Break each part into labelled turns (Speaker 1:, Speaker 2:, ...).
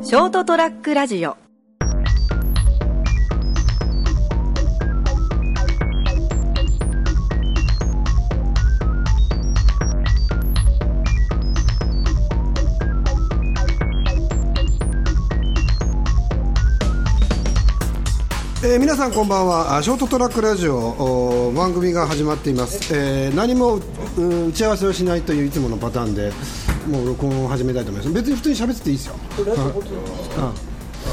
Speaker 1: ショートトラックラジオ
Speaker 2: えー皆さんこんばんはあショートトラックラジオおー番組が始まっています、えー何もううん打ち合わせをしないといういつものパターンでもう録音を始めたいと思います別に普通に喋ってていいですよあ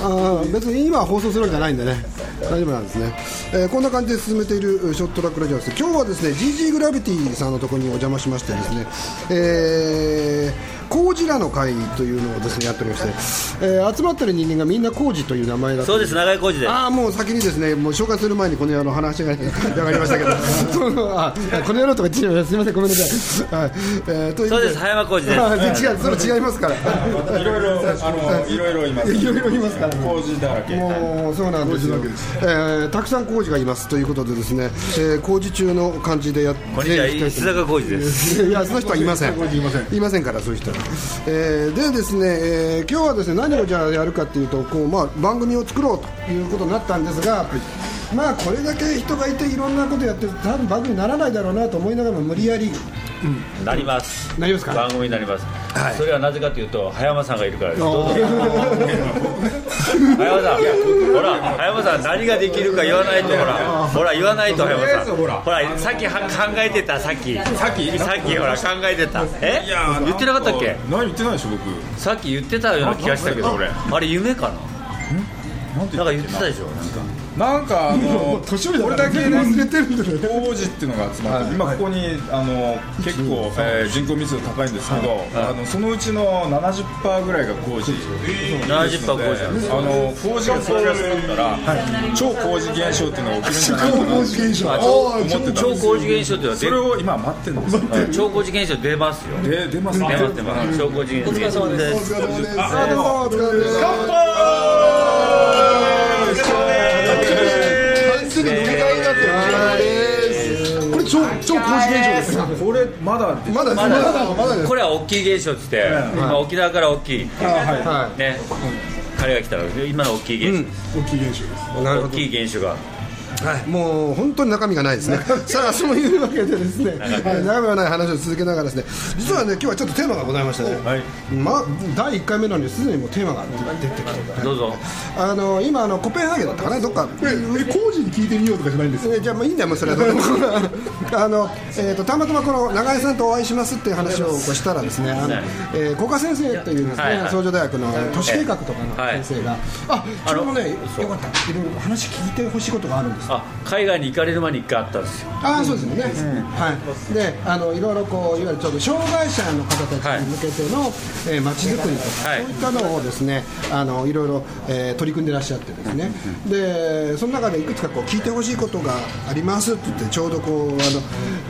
Speaker 2: あー別に今は放送するわけじゃないんでね大丈夫なんですね、えーこんな感じで進めているショートトラックラジオです今日はですね GG グラビティさんのところにお邪魔しましてですねえーコージラの会というのをですねやっておりまして、えー集まってる人間がみんなコージという名前だった
Speaker 3: そうです長井浩二です
Speaker 2: ああもう先にですねもう紹介する前にこの野郎話が上がりま したけどそのあこの野郎とか言ってすみませんごめんなさい、はいえー、とい
Speaker 3: そうです葉山浩二です
Speaker 2: す違うそれ違いますから
Speaker 4: いろいろ、あ の、いろいろいます。
Speaker 2: いろいろいますから
Speaker 4: 工事だらけ。
Speaker 2: もうそうなんですよ、えー、たくさん工事がいますということでですね、えー、工事中の感じでやって
Speaker 3: こんにちは石坂浩二です
Speaker 2: いやその人はいませんいませんからそういう人は、えーでですね、えー今日はですね何をじゃあやるかっていうとこう、まあ、番組を作ろうということになったんですが、まあこれだけ人がいていろんなことやってると多分番組にならないだろうなと思いながらも無理やり
Speaker 3: なります
Speaker 2: なりますか
Speaker 3: 番組になります、それはなぜかというと葉山さんがいるからですどうぞ
Speaker 2: お
Speaker 3: 葉山さんほら葉山さん何ができるか言わないとほらほら言わないと葉山さんほらさっきは考えてたさっきさっきさっきほら考えてたえ
Speaker 4: いやー
Speaker 3: 言ってなかったっけ
Speaker 4: 何言ってないでしょ、僕。
Speaker 3: さっき言ってたような気がしたけど俺あれ夢かな
Speaker 4: なんて
Speaker 3: なんか言
Speaker 4: 言
Speaker 3: っ
Speaker 4: っ
Speaker 3: てて
Speaker 4: た
Speaker 3: たでしょなんか
Speaker 4: なんか、 あの、
Speaker 2: 年寄りだ
Speaker 4: 俺だけ、ね、
Speaker 2: 忘れてるんだよね
Speaker 4: 工事っていうのが集まって、今ここに、あの、結構、えー人口密度高いんですけど、あの、そのうちの70%ぐらいが工事。
Speaker 3: 70%工事
Speaker 4: であの、工事が総合するんだら、超工事現象っていうのが起きるんじゃないかなと
Speaker 2: 工事現象
Speaker 3: あ
Speaker 2: お
Speaker 4: 思ってたん
Speaker 2: ー
Speaker 4: です
Speaker 3: 超
Speaker 4: よ。
Speaker 3: 工事現象っていうのは
Speaker 4: それを今待ってるんですよ。
Speaker 3: で超工事現象出ますよ
Speaker 4: で、出ます。
Speaker 3: 出ます出ます超工事現象お疲れ様です
Speaker 2: お疲れ様ですあどうもお疲れ様ですすぐ飲み会になってるこれ超超工事現象です
Speaker 4: これ、まだ出て。
Speaker 2: まだまだまだです
Speaker 3: これは大きい現象っつって、今沖縄から大きい、
Speaker 4: あはい。
Speaker 2: はい
Speaker 3: ね、彼が来たら今の大きい現象、
Speaker 2: 大きい現象ですなるほ
Speaker 3: 大きい現象が
Speaker 2: ど、はい、もう本当に中身がないですねさあそういうわけでですね、はい、中身がない話を続けながらですね実はね今日はちょっとテーマがございましたね、
Speaker 4: はい
Speaker 2: ま、第1回目なのにすでにもうテーマが出てきて
Speaker 3: どうぞ
Speaker 2: あの今あのコペンハーゲンだったかなどっか
Speaker 5: 工事に聞いてみようとかじゃないんですよ
Speaker 2: えじゃあもういいんだよもうそれはどうでも あの、えー、とたまたまこの永井さんとお会いしますっていう話をこうしたらですねあの、えー、古賀先生というですね、
Speaker 3: はいはい
Speaker 2: 創業大学の都市計画とかの
Speaker 3: はい
Speaker 2: 先生が、あちょうどねよかったいろいろ話聞いてほしいことがあるんです
Speaker 3: あ海外に行かれる前に一回あったんですよ
Speaker 2: ああそうですよね、はいであのいろいろこういわゆるちょっと障害者の方たちに向けての、えー、街づくりとか、
Speaker 3: はい
Speaker 2: そういったのをですねあのいろいろ、えー取り組んでらっしゃってですね、でその中でいくつかこう聞いてほしいことがありますって言ってちょうどこうあの、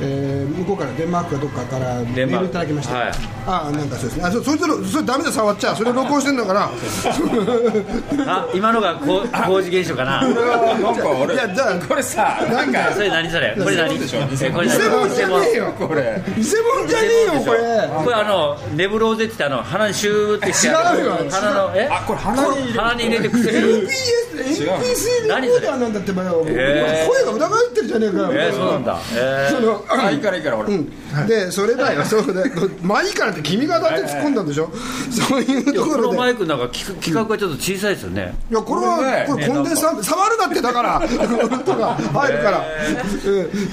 Speaker 2: えー向こうからデンマークかどっかからメ
Speaker 3: デンマ
Speaker 2: ー
Speaker 3: ーク
Speaker 2: ルいただきました、
Speaker 3: はい
Speaker 2: ああなんかそうですねあそそれそれそれダメだ触っちゃうそれ録音してんだから
Speaker 3: あ今のがこう工事現象かな
Speaker 4: なんかあ
Speaker 2: い
Speaker 4: れ
Speaker 2: やじゃあ
Speaker 4: これさなんか
Speaker 3: それ何それこれ何
Speaker 4: 偽物でしょ
Speaker 3: えこれ
Speaker 2: 偽物
Speaker 3: 何
Speaker 2: じゃねえよ
Speaker 4: これ
Speaker 2: 偽物じゃねえよこれ
Speaker 3: これあのネブローゼって言ってあの鼻にシューってしてある
Speaker 2: 違うよ
Speaker 3: 鼻のえ
Speaker 4: あこれ鼻に入れる
Speaker 3: 鼻に入れてくせる
Speaker 2: NPS
Speaker 4: 違う
Speaker 2: NPC レコーダーなんだってばよ、
Speaker 3: えー
Speaker 2: 声が裏返ってるじゃねえかよ、
Speaker 3: えー、そうなんだえ
Speaker 2: その
Speaker 4: あいいからいいからほら
Speaker 2: でそれだよそうだまあいいからって君がだって突っ込んだんでしょ、そういう
Speaker 3: ー、
Speaker 2: とこ
Speaker 3: こ
Speaker 2: ろ
Speaker 3: の
Speaker 2: で
Speaker 3: マイクなんか企画企画がちょっと小さいですよね、
Speaker 2: いやこれ
Speaker 4: これ
Speaker 2: は
Speaker 4: ね
Speaker 2: これコンデンサー触るなってだから 音が入るから、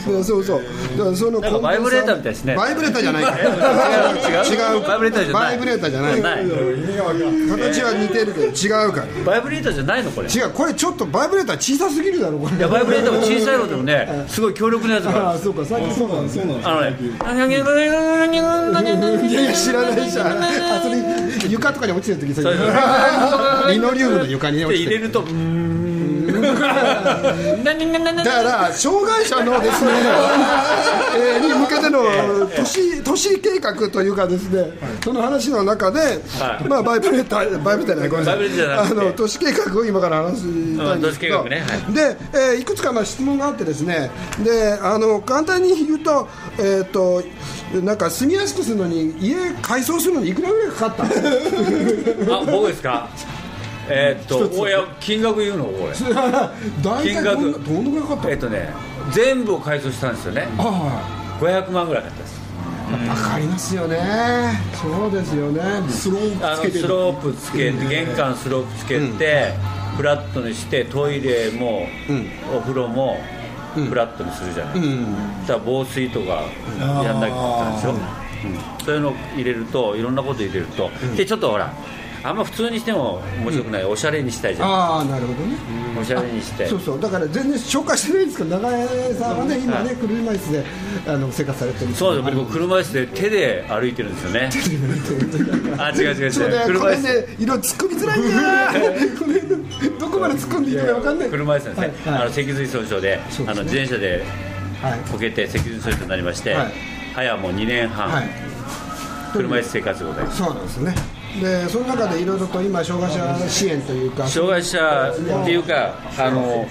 Speaker 2: うんそうそうだからその
Speaker 3: なんかバイブレーターみたいですね
Speaker 2: バイブレーターじ ゃないから
Speaker 3: 違う
Speaker 2: 違う
Speaker 3: バイブレーターじゃない
Speaker 2: バイブレーターじゃない
Speaker 3: ない
Speaker 2: 形は似てるけど違うから
Speaker 3: バイブレーターじゃないのこれい
Speaker 2: 違うこれちょっとバイブレーター小さすぎるだろこれ
Speaker 3: やバイブレーターも小さいのでもねすごい強力なやつがあ
Speaker 2: あそうか最近そうなんですよ
Speaker 3: のねあ
Speaker 2: いやいや知らないじゃん あそれ床とかに落ちてる時それ
Speaker 3: そう
Speaker 2: リノリウムの床に
Speaker 3: で
Speaker 2: 落ち
Speaker 3: 入
Speaker 2: て
Speaker 3: れ
Speaker 2: る
Speaker 3: るとうーん
Speaker 2: だから障害者の ですね、えーに向けての都市都市計画というかですね、その話の中で、
Speaker 3: はい
Speaker 2: まあバイブレーターバイブレーターじゃないごめんなさ
Speaker 3: バイ
Speaker 2: い
Speaker 3: ブレーターじゃなくて
Speaker 2: あの都市計画を今から話したいんですけど、
Speaker 3: うん都市計画ねは
Speaker 2: で、えーいくつかまあ質問があってですねであの簡単に言うと,、えー、となんか住みやす くするのに家改装するのにいくらぐらいかかった
Speaker 3: あ僕ですかえーっと
Speaker 5: 一つ
Speaker 3: おや金額言うのこれ
Speaker 5: 大体どんな
Speaker 3: 金額
Speaker 5: どのぐらいかかった
Speaker 3: えっとね全部を改装したんですよね
Speaker 5: ああ
Speaker 3: 500万ぐらいかかったです
Speaker 5: わかりますよねそうですよねスロー
Speaker 3: あ
Speaker 5: プつけ
Speaker 3: の
Speaker 5: て
Speaker 3: スロープつけて玄関スロープつけてフラットにしてトイレもお風呂もフラットにするじゃないそしたら防水とかやんなきゃいけないでしょうんそういうの入れるといろんなこと入れるとでちょっとほらあんま普通にしても面白くないおしゃれにしたいじゃん
Speaker 2: ああなるほどね
Speaker 3: おしゃれにして
Speaker 2: そうそうだから全然紹介してないんですけど長江さんはね今ね車椅子であの生活されてる
Speaker 3: そうで す僕車椅子で手で歩いてるんですよねあ違う違う違う
Speaker 2: そうねこ
Speaker 3: 車
Speaker 2: れ
Speaker 3: 椅子
Speaker 2: ね色作りづらいんだ よなこれどこまで突っ込んでいいのかわかんない
Speaker 3: 車椅子なんですね、
Speaker 2: はいはい
Speaker 3: あの脊髄損傷で
Speaker 2: そうで
Speaker 3: あ
Speaker 2: すね
Speaker 3: の自転車で
Speaker 2: はい
Speaker 3: こけて脊髄損傷になりまして、
Speaker 2: はい
Speaker 3: 早もう2年半、
Speaker 2: はい
Speaker 3: 車椅子生活でございます
Speaker 2: そうなんですねでその中でいろいろと今障害者支援というか
Speaker 3: 障害者っていうかあの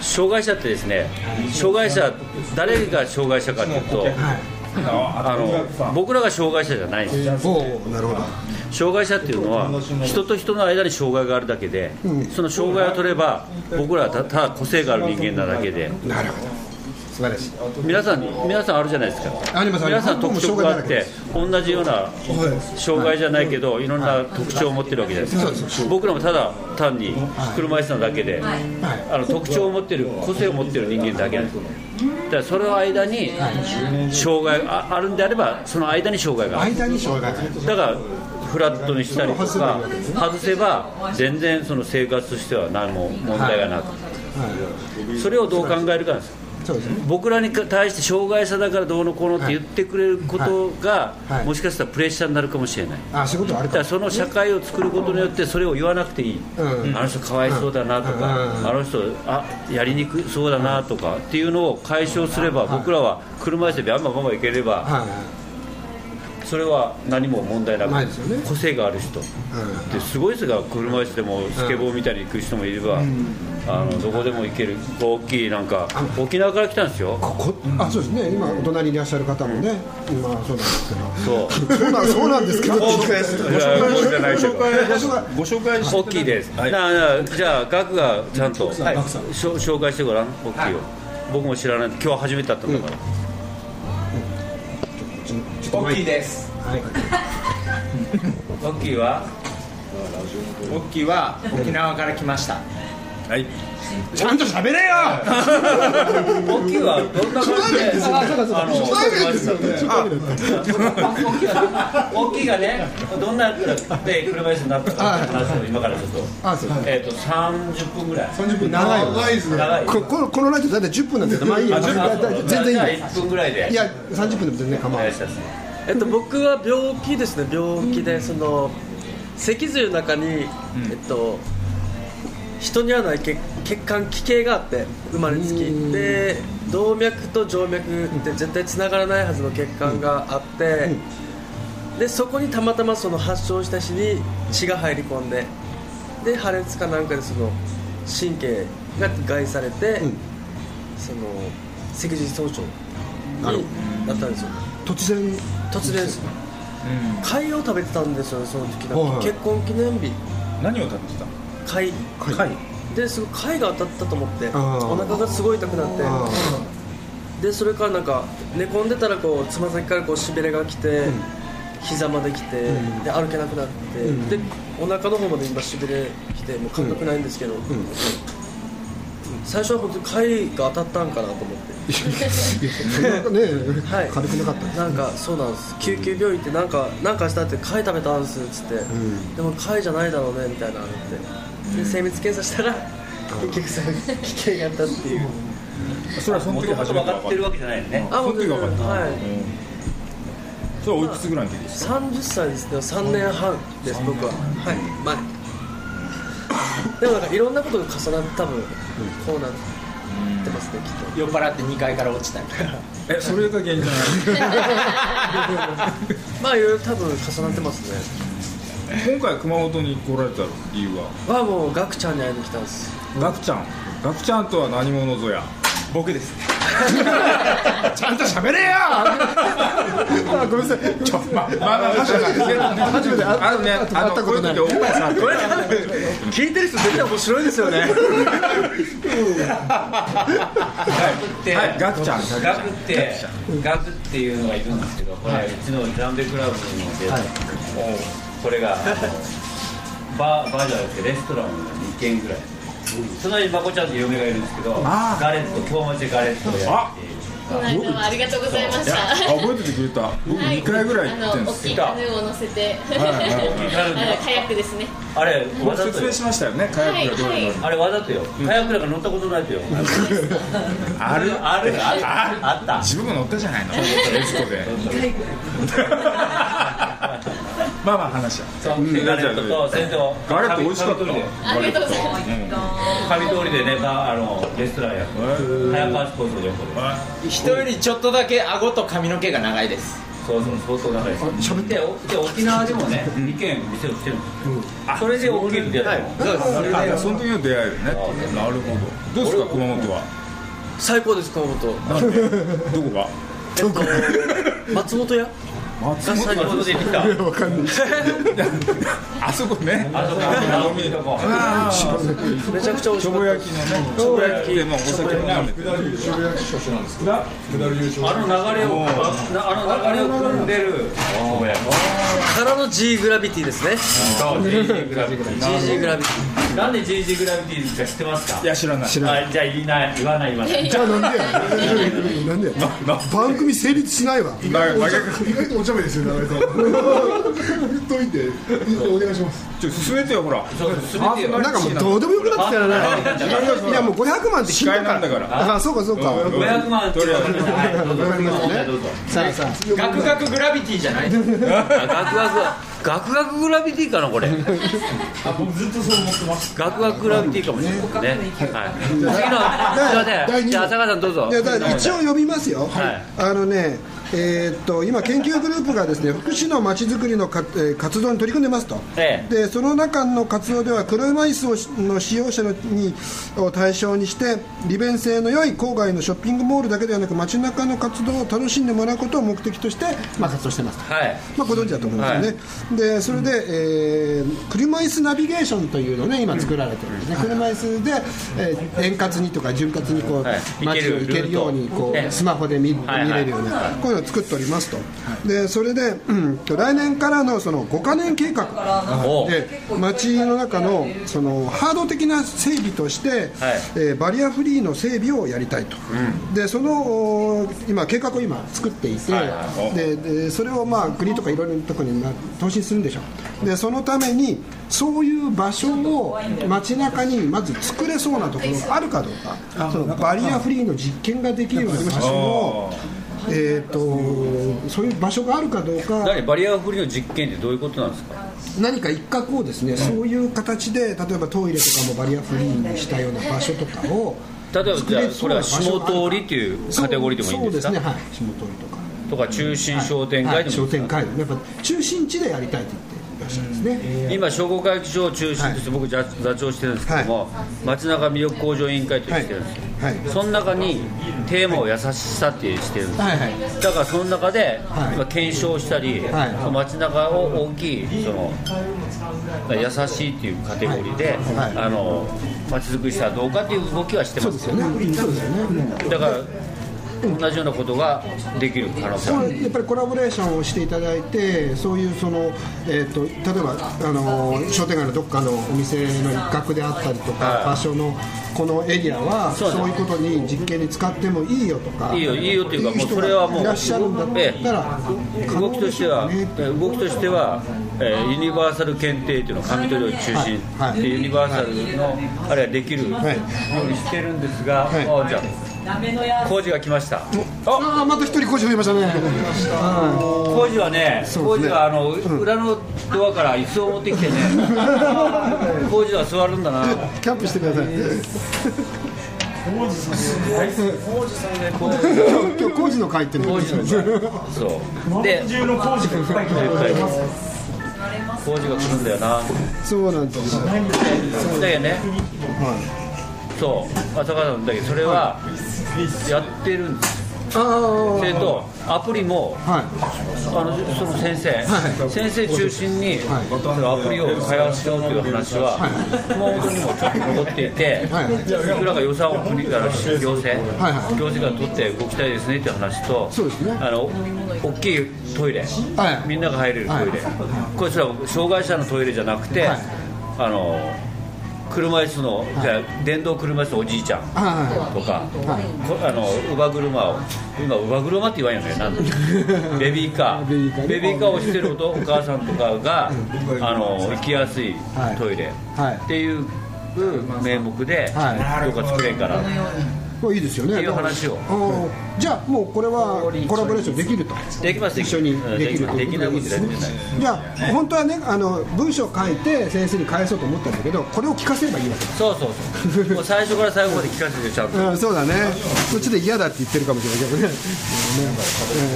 Speaker 3: 障害者ってですね障害者誰が障害者かっていうと
Speaker 2: はい
Speaker 3: あの僕らが障害者じゃないんですよ
Speaker 2: おおなるほど
Speaker 3: 障害者っていうのは人と人の間に障害があるだけで、その障害を取れば僕らはたただ個性がある人間なだけで
Speaker 2: なるほど素晴らしい
Speaker 3: 皆さん皆さんあるじゃないですか
Speaker 2: ありますあり
Speaker 3: 皆
Speaker 2: ます
Speaker 3: さん特徴があっ
Speaker 2: 僕も障害だらけで
Speaker 3: て同じような障害じゃないけどいろんな特徴を持ってるわけじゃないですか僕らもただ単に車椅子なだけであの特徴を持ってる個性を持ってる人間だけなんですよだからその間に障害がああるんであればその間に障害がある
Speaker 2: 間に障害がある
Speaker 3: だからフラットにしたりとか外せば全然その生活としては何も問題がなくそれをどう考えるかなんですよ
Speaker 2: そうですね
Speaker 3: 僕らに対して障害者だからどうのこうのって言ってくれることが、
Speaker 2: はい
Speaker 3: もしかしたらプレッシャーになるかもしれない。
Speaker 2: あ仕事ある
Speaker 3: だか
Speaker 2: から
Speaker 3: その社会を作ることによってそれを言わなくていい、
Speaker 2: うん
Speaker 3: あの人かわいそうだなとか、
Speaker 2: うん
Speaker 3: あの人あやりにくそうだなとかっていうのを解消すれば、僕らは車椅子でバンバンバンバン行ければ、
Speaker 2: は
Speaker 3: それは何も問題なく
Speaker 2: ないですよね
Speaker 3: 個性がある人、ですごいですが車椅子でもスケボーみたいに行く人もいれば、あのどこでも行ける大きいなんか沖縄から来たんですよ
Speaker 2: こあそうですね今お隣にいらっしゃる方もねまあそうなんですけど
Speaker 3: そう
Speaker 2: そうなんそうなんですけど
Speaker 4: ご紹介
Speaker 3: いやこうじゃないけど
Speaker 4: ご紹介して
Speaker 3: 大きいです、
Speaker 4: はい
Speaker 3: なあなあじゃあガクがちゃんと、
Speaker 4: はい
Speaker 3: しょ紹介してごらん大きいよ、僕も知らない今日初めてだったんだから、
Speaker 1: 大きいです。
Speaker 3: 大きいは
Speaker 1: 大きいは沖縄から来ました。
Speaker 4: はい
Speaker 5: ちゃんと喋れよ
Speaker 3: 大きいはどんな感じであの大きいがねどんなやつだって車椅子になったかって話を今からちょっと,、
Speaker 2: あそう
Speaker 3: えー、と30分ぐらい
Speaker 5: 30分長い長いですね
Speaker 3: 長い
Speaker 2: こここのラジオだって10分なんですけどまあいいや全然いい
Speaker 3: じ
Speaker 2: で
Speaker 3: ゃあ1分ぐらいです
Speaker 2: いや30分でも全然構
Speaker 3: お
Speaker 2: わな
Speaker 3: 願
Speaker 2: い
Speaker 3: いします
Speaker 6: えっと、僕は病気ですね病気でその脊髄の中に、えっと、人にはない血血管奇形があって生まれつきで動脈と静脈って絶対つながらないはずの血管があって、でそこにたまたまその発症した日に血が入り込んでで破裂かなんかでその神経が害されて、その脊髄損傷になったんですよ。
Speaker 2: 突然
Speaker 6: 突然です、貝を食べてたんですよねその時だ
Speaker 2: は
Speaker 6: け、
Speaker 2: いはい
Speaker 6: 結婚記念日
Speaker 4: 何を食べてたの
Speaker 6: 貝
Speaker 2: はい
Speaker 6: ですごい貝が当たったと思ってお
Speaker 2: あー
Speaker 6: 腹がすごい痛くなって
Speaker 2: あ
Speaker 6: でそれからなんか寝込んでたらこうつま先からこうしびれが来て、膝まで来て、で歩けなくなって、でお腹の方まで今しびれ来てもう感覚ないんですけど、最初は本当に貝が当たったんかなと思って
Speaker 2: ーねえ
Speaker 6: はい
Speaker 2: 軽くなかった
Speaker 6: なんかそうなんです救急病院ってなんかなんかしたって貝食べたんですっつって、でも貝じゃないだろうねみたいなのってで精密検査したら結局さ危険やったっていう
Speaker 4: それはその
Speaker 3: も
Speaker 4: 時
Speaker 3: とも
Speaker 4: 初
Speaker 3: と
Speaker 4: め
Speaker 3: 分
Speaker 4: て
Speaker 3: かってるわけじゃないよね
Speaker 6: あ
Speaker 4: その時が分かった
Speaker 6: はい
Speaker 4: それはおいくつぐらいの時ですか
Speaker 6: 30歳ですね3年半です僕ははい前でもなんかいろんなことが重なって多分こうなってますねきっと
Speaker 1: 酔っ払って2階から落ちたりと か。
Speaker 4: えそれが現状な
Speaker 6: まあいろいろ多分重なってますね
Speaker 4: の今回熊本に来られた理由は
Speaker 6: はもうガクちゃんに会いに来たんです
Speaker 4: ガクちゃんガクちゃんとは何者ぞや僕 ですね
Speaker 2: ちゃんと喋れよあごめんなさい
Speaker 4: ちょまあまあまあ確かに
Speaker 2: 初
Speaker 4: ね
Speaker 2: めて
Speaker 4: あのねあの
Speaker 2: 会った
Speaker 4: こ
Speaker 2: こ
Speaker 4: う
Speaker 2: と
Speaker 4: いう
Speaker 2: ない
Speaker 4: 時おっぱいさん
Speaker 6: これ聞いてる人絶対面白いですよね
Speaker 3: って、
Speaker 4: はいガクちゃん
Speaker 3: ガクってガクっていうのがいるんですけどこれ、うちのジャンベクラブので、これがバーバーじゃなくてレストランが2軒ぐらい隣にまこちゃんって嫁がいるんですけどガレット京町ガレットをやっている
Speaker 7: この間はありがとうございまし
Speaker 4: いや
Speaker 7: た。
Speaker 4: あ覚えててくれた僕
Speaker 7: はい
Speaker 4: 2回ぐらい行って
Speaker 7: あ
Speaker 4: んで
Speaker 7: の大
Speaker 4: す
Speaker 7: きいカヌーを乗せて、
Speaker 4: はいはい
Speaker 3: 大きいカヌーね
Speaker 7: あのカヤックですね。
Speaker 3: あれわざ
Speaker 4: 説
Speaker 3: とよ
Speaker 4: 明しましたよね火薬がどういうの
Speaker 3: あれわざとよ火薬なんか乗ったことないとよあるあるあるあった
Speaker 4: 自分も乗ったじゃないのエスコで まあまあ話は
Speaker 3: そうガレットと先生を
Speaker 4: ガレット美味しかった
Speaker 7: ありがとうございます。
Speaker 3: 上通りでね、ばあのレストランやってる、早川スポーツの横で、
Speaker 1: 人よりちょっとだけ顎と髪の毛が長い です
Speaker 3: そうそう、相当長いです。で、おで沖縄でもね、2軒店をしてるんですよ。それで大きいってや
Speaker 6: はい
Speaker 3: つ
Speaker 6: そうですそれで
Speaker 4: その時の出会いだねなるほどどうですか熊本は
Speaker 6: 最高です熊本
Speaker 4: なんでどこが
Speaker 6: えっと松本屋
Speaker 4: 松
Speaker 6: が最
Speaker 3: も。
Speaker 6: 高
Speaker 3: 今出
Speaker 6: です
Speaker 3: てきた。
Speaker 4: あそこね
Speaker 3: あそこ、あそこ、あそこ。
Speaker 4: ああ
Speaker 6: めちゃくちゃ美味し
Speaker 4: しょ
Speaker 6: かっ
Speaker 4: ぼ
Speaker 6: た
Speaker 4: 焼きのねしょぼ焼きでもお酒も飲めて
Speaker 3: あの流れを、あの流れを組んでる。
Speaker 6: からの G グラビティですね
Speaker 3: そう、GG グラビテ
Speaker 6: GG グラビテ
Speaker 3: ィ。なんで GG グラビティか知ってますか
Speaker 4: いや知らない
Speaker 3: あじゃあ言いない、言わない、言わない。
Speaker 5: じゃあなんで やなんでや番組成立しないわ意
Speaker 4: な
Speaker 5: 外と意外とお茶目ですよ流れさん言っといてお願いします
Speaker 4: ちょ進めてよほら
Speaker 3: そう、全てよ。
Speaker 2: なんかもうどうでもよくなってきたらないやもう500万って
Speaker 4: 司会なんだから
Speaker 2: らあそうかそうか
Speaker 3: 500万って言われてはい、どうぞ。はいどうぞ。
Speaker 1: ガクガクグラビティじゃない
Speaker 6: ィガクガクガクガクグラビティかなこれあ僕ずっとそう思ってますガクガクグラビティかもしれないですねはい次の
Speaker 5: 第二
Speaker 6: じゃあ
Speaker 5: 問
Speaker 6: ねじゃあ浅川さんどうぞ
Speaker 2: いやだから一応呼びますよ、
Speaker 3: はい
Speaker 2: あのね、えーっと今、研究グループがですね福祉のまちづくりのか、えー活動に取り組んでますと、
Speaker 3: ええ
Speaker 2: でその中の活動では、車椅子をしの使用者のにを対象にして、利便性の良い郊外のショッピングモールだけではなく、街中の活動を楽しんでもらうことを目的として、まあ、活動してますと。
Speaker 3: はい。
Speaker 2: まあ、ご存知だと思いますよね、でそれで、えー車椅子ナビゲーションというのを、ね、今作られてるんですね、車椅子で、えー円滑にとか潤滑にこう、
Speaker 3: はい
Speaker 2: 街を
Speaker 3: 行ける
Speaker 2: 行けるようにこ
Speaker 3: ルー
Speaker 2: う
Speaker 3: ト
Speaker 2: スマホで見,、
Speaker 3: はいはい
Speaker 2: 見れるように、こういうのを作っておりますと、でそれで、うん、と来年からのその5か年計画
Speaker 3: おう
Speaker 2: で街の中のそのハード的な整備として、えーバリアフリーの整備をやりたいと、でそのおー今計画を今作っていて、ででそれをまあ国とかいろいろなところにまあ投資するんでしょうでそのためにそういう場所を街中にまず作れそうなところがあるかどうかそのバリアフリーの実験ができるような写真を、えー、とそういう場所があるかどうか
Speaker 3: 何バリアフリーの実験ってどういうことなんですか
Speaker 2: 何か一角をですね、そういう形で例えばトイレとかもバリアフリーにしたような場所とかを
Speaker 3: 例えば
Speaker 2: 作
Speaker 3: じゃあ
Speaker 2: れそ
Speaker 3: こ
Speaker 2: う
Speaker 3: れ
Speaker 2: な
Speaker 3: は
Speaker 2: 場
Speaker 3: 下
Speaker 2: 所がある
Speaker 3: 通りっていうカテゴリーでもいい
Speaker 2: そうそ
Speaker 3: んですか
Speaker 2: うですねはい下通りとか
Speaker 3: とか中心商店
Speaker 2: は
Speaker 3: 街
Speaker 2: い
Speaker 3: でもいい
Speaker 2: 商
Speaker 3: んです
Speaker 2: 店街でもやっぱ中心地でやりたいと言っていらっしゃるんですね、
Speaker 3: か今商工会議所を中心として僕座座長してるんですけども街中魅力向上委員会としてるんですよ
Speaker 2: はい
Speaker 3: その中にテーマを優しさってしてるんですよ
Speaker 2: はいはい
Speaker 3: だからその中で
Speaker 2: はい
Speaker 3: まあ検証したり
Speaker 2: はい
Speaker 3: その街中を大きいその優しいっていうカテゴリーで
Speaker 2: はい
Speaker 3: あの街づくりしたらどうかっていう動きはして
Speaker 2: そ
Speaker 3: ま
Speaker 2: うですす
Speaker 3: よ
Speaker 2: よねうんそうですよね、うん
Speaker 3: だから同じようなことができる可能性
Speaker 2: そ
Speaker 3: は
Speaker 2: れやっぱりコラボレーションをしていただいてそういうその、えー、と例えばあの商店街のどっかのお店の一角であったりとか、場所のこのエリアは
Speaker 3: そ
Speaker 2: そうう
Speaker 3: だ
Speaker 2: いうことに実験に使ってもいいよとか
Speaker 3: いいよいいよっていうかもう
Speaker 2: 人
Speaker 3: そ
Speaker 2: が
Speaker 3: れはもう
Speaker 2: いらっしゃるんだったら、
Speaker 3: ええ
Speaker 2: 可
Speaker 3: 動
Speaker 2: 能
Speaker 3: きと
Speaker 2: で
Speaker 3: し
Speaker 2: し
Speaker 3: て
Speaker 2: ょう
Speaker 3: は
Speaker 2: ね
Speaker 3: えー動きとしては、えーユニバーサル検定っていうのを紙取りを中心、
Speaker 2: はいはい
Speaker 3: でユニバーサルのあれはできるようにしてるんですが、
Speaker 2: は
Speaker 3: あじゃあ工事が来ました
Speaker 2: ああまた一人講師増えましたねは
Speaker 3: 工事はね
Speaker 2: そ
Speaker 3: 工
Speaker 2: うですね
Speaker 3: 事はあの、裏のドアから椅子を持ってきて ね工事は座るんだない
Speaker 2: キャンプしてください今日工事の会っていうの
Speaker 3: 工
Speaker 2: が
Speaker 3: 事のそうで中の工事がいっぱい工事が来るんだよな
Speaker 2: そうなんですよ
Speaker 3: だけどね、そう、浅川さんだけど、それは、やってるんですよ
Speaker 5: ああ
Speaker 3: それとアプリも
Speaker 2: は
Speaker 3: あのその先生、先生中心に、そのアプリを開発しようという話は、熊本にもちょっと残っていて、
Speaker 2: はい
Speaker 3: 僕らが予算を国から行政、
Speaker 2: はいはい
Speaker 3: 行政から取って動きたいですねという話と、
Speaker 2: そうですね
Speaker 3: あの大きいトイレ、
Speaker 2: はい
Speaker 3: みんなが入れるトイレ、これそれは障害者のトイレじゃなくて、
Speaker 2: はい
Speaker 3: あの車椅子の、じゃあ電動車椅子のおじいちゃん。
Speaker 2: いは
Speaker 3: とか、こあの乳母車を今乳母車って言わんよねなん でベビーカ
Speaker 2: ベビーカーね
Speaker 3: ーベビーカーをしてるお父お母さんとかがあの行きやすいトイレ
Speaker 2: はい
Speaker 3: っていう名目で
Speaker 2: は
Speaker 3: どうか作れんからっ
Speaker 2: いこれいいですよね
Speaker 3: ていう話を
Speaker 2: うんじゃあもうこれはコラボレーションできると
Speaker 3: できます
Speaker 2: 一緒に
Speaker 3: うん
Speaker 2: できる
Speaker 3: できないことじゃない
Speaker 2: じゃあ本当はねあの文章書いて先生に返そうと思ったんだけどこれを聞かせればいいわけ
Speaker 3: そうそうそうもう最初から最後まで聞かせてちゃん
Speaker 2: う
Speaker 3: と
Speaker 2: ん、そうだね、うちで嫌だって言ってるかもしれないけどね、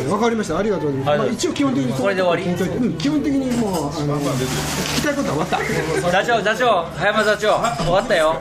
Speaker 2: うんねわ、かりました、ありがとうございます、まあ、
Speaker 3: はい
Speaker 2: 一応基本的に
Speaker 3: これで終わ
Speaker 2: り、うん、基本的にもうあの、聞きたいことは終わった、聞
Speaker 3: 座長座長葉山座長終わったよ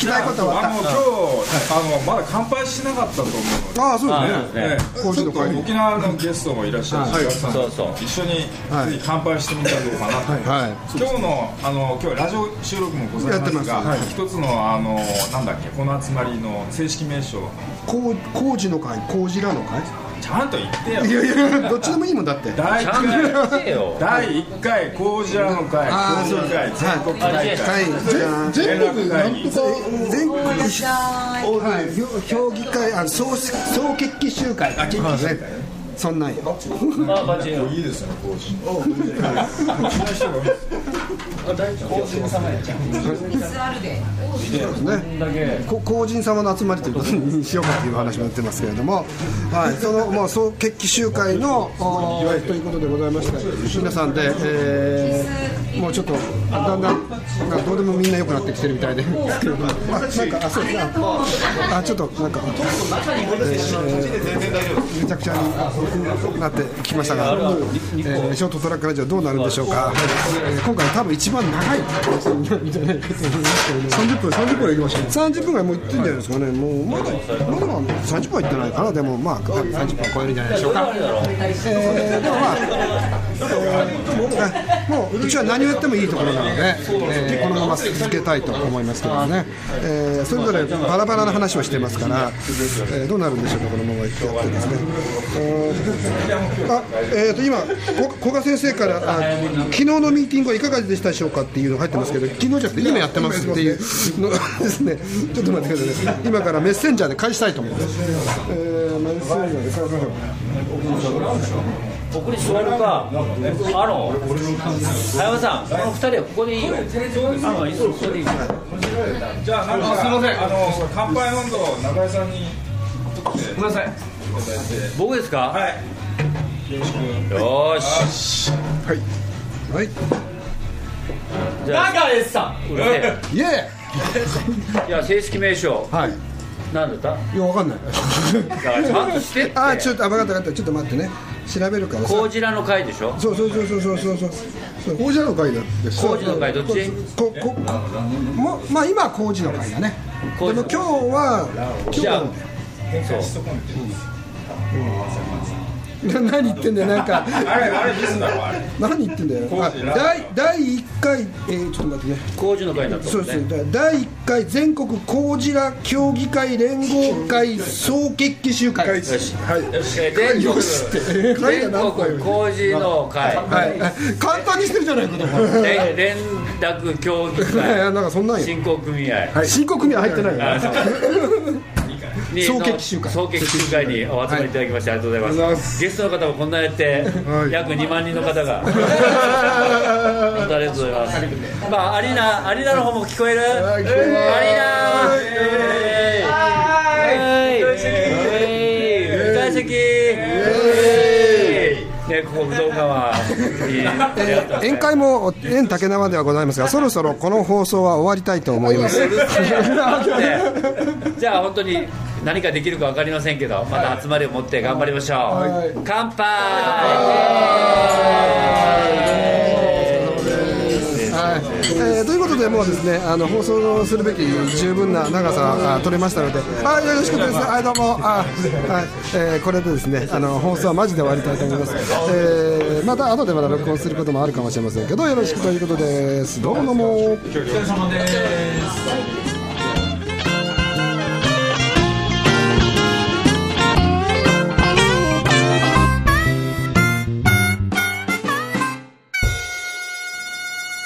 Speaker 2: きたいことは終
Speaker 4: あ
Speaker 2: わっ
Speaker 4: の今日、あのまだ乾杯しなかったと思うので
Speaker 2: た、ああ、そう
Speaker 3: あ
Speaker 2: ですね、
Speaker 4: ええ、ち
Speaker 2: コー
Speaker 4: ょっ
Speaker 2: ヒー
Speaker 4: と
Speaker 2: の会
Speaker 4: 沖縄のゲストもいらっしゃるし、はい、さん
Speaker 3: そうそう
Speaker 4: 一緒に、
Speaker 2: はい
Speaker 4: ぜひ乾杯してみたらどうかなと、
Speaker 2: は
Speaker 4: 今日のあの今日ラジオ収録もござい
Speaker 2: やっ
Speaker 4: ますが
Speaker 2: てますはい
Speaker 4: 一つのあのなんだっけこの集まりの正式名称
Speaker 2: い、こう工事の会、工事らの会、
Speaker 4: ちゃんと言ってよ
Speaker 2: いやいや、どっちでもいいもんだって、
Speaker 4: 第
Speaker 3: ち
Speaker 4: 一
Speaker 3: ゃんとや
Speaker 4: 回
Speaker 3: ってよ
Speaker 4: 第一回工事らの会
Speaker 2: あー
Speaker 4: 工事会全国大
Speaker 3: はい
Speaker 4: 会
Speaker 2: はい、じゃあ
Speaker 5: 全国なんとか
Speaker 2: 全国はい、評評議会、あの総総決起集会、あ決起ね、そんなんよ。
Speaker 3: まあバチよ
Speaker 4: いいですね工事沖縄人が多いです
Speaker 2: ね、こ公人様の集まりということにしようかという話もやってますけれども、はい、その、まあ、総決起集会のおーということでございました皆さんで、えーもうちょっとだんだんなんかどうでもみんな良くなってきてるみたいでですけれども あなんかあそうですねああちょっとなんか、えーめちゃくちゃになってきましたが、えーショートトラックラジオどうなるんでしょうか、えー今回多分一番長い放送になるんじゃないかと思いますけれども
Speaker 5: 30分30分いきましょう
Speaker 2: 30分ぐらいもう行ってんじゃないですかね、もうまだまだ30分は行ってないかな、でもまあ30分超えるんじゃないでしょうか。えーでもまあ、えーもううちは何をやってもいいところなので、えーこのまま続けたいと思いますけどね、えーそれぞれバラバラな話をしてますから、えーどうなるんでしょうか、このままやってですね。えーあえー、と今、こ古賀先生からあ、昨日のミーティングはいかがでしたでしょうかっていうのが入ってますけど、昨日じゃなくて今やってますっていうのですね、ちょっと待ってくださいね、今からメッセンジャーで返したいと思います。えーメッセンジャーで返さない
Speaker 3: ここに座るか、あの、早山さん、この二人はここでいいよ。あの、いつもここでいいよ。
Speaker 4: じゃあなんかすみませんあの乾杯温度を中井さんに
Speaker 1: ごめんなさい
Speaker 3: 僕ですか。
Speaker 4: はい
Speaker 3: よーし。
Speaker 2: はい、
Speaker 1: 中江さん
Speaker 3: うるせえ
Speaker 2: イエーイ
Speaker 3: いや、正式名称、
Speaker 2: はい。
Speaker 3: なんだっ
Speaker 2: いや、わかんない。
Speaker 3: た。だから、ちゃんとしてって。
Speaker 2: あ、ちょっと、あ、分かった、分かった、ちょっと待ってね。調べるからさ。
Speaker 3: こうじらの会でしょ
Speaker 2: そうそうそうそうそうそうそう。そう
Speaker 5: 工事の会だって
Speaker 3: 工事の会どっち
Speaker 2: こ、こ、も、まあ、今は工事の会だね。で
Speaker 3: 工
Speaker 2: も、
Speaker 3: 事
Speaker 2: 今日は。
Speaker 3: じゃあ
Speaker 2: 何言ってんだよ、なん か。
Speaker 4: あれあれミスだろあれ
Speaker 2: 何言ってんだよ。あ第、第一回、えー、ちょっと待ってね。
Speaker 3: 工事の会だった
Speaker 2: そう
Speaker 3: も
Speaker 2: んです
Speaker 3: ね
Speaker 2: ね。だ第一回全国工事ら協議会連合会総決起集会。
Speaker 3: よし、え全
Speaker 2: よ
Speaker 3: 国
Speaker 2: しって
Speaker 3: 全国工事の会
Speaker 2: はい、簡単にしてるじゃないかと思う。
Speaker 3: 連連絡協議
Speaker 2: いや
Speaker 3: 会
Speaker 2: なんかそんなんよ。
Speaker 3: 振興組合
Speaker 2: はい、申告には入ってないよ。
Speaker 3: あそうに
Speaker 2: 総決起集会
Speaker 3: 総決起集会にお集まりいただきましてありがとうございますゲストの方もこんなやって約2万人の方が本当ありがとうございますまあアリーナアリーナの方も聞こえるアリーナはいはい席ねここ武道館はいい
Speaker 2: 宴会も縁竹縄ではございますがそろそろこの放送は終わりたいと思います
Speaker 3: うるせえなってじゃあ本当に何かできるか分かりませんけどまた集まりを持って頑張りましょう、乾杯
Speaker 2: はい、えーということでもうですねあの放送するべき十分な長さあ取れましたのであよろしくですねはいどうもあ、はいえーこれでですねあの放送はマジで終わりたいと思います、えーまた後でまた録音することもあるかもしれませんけどよろしくということですどうもどうも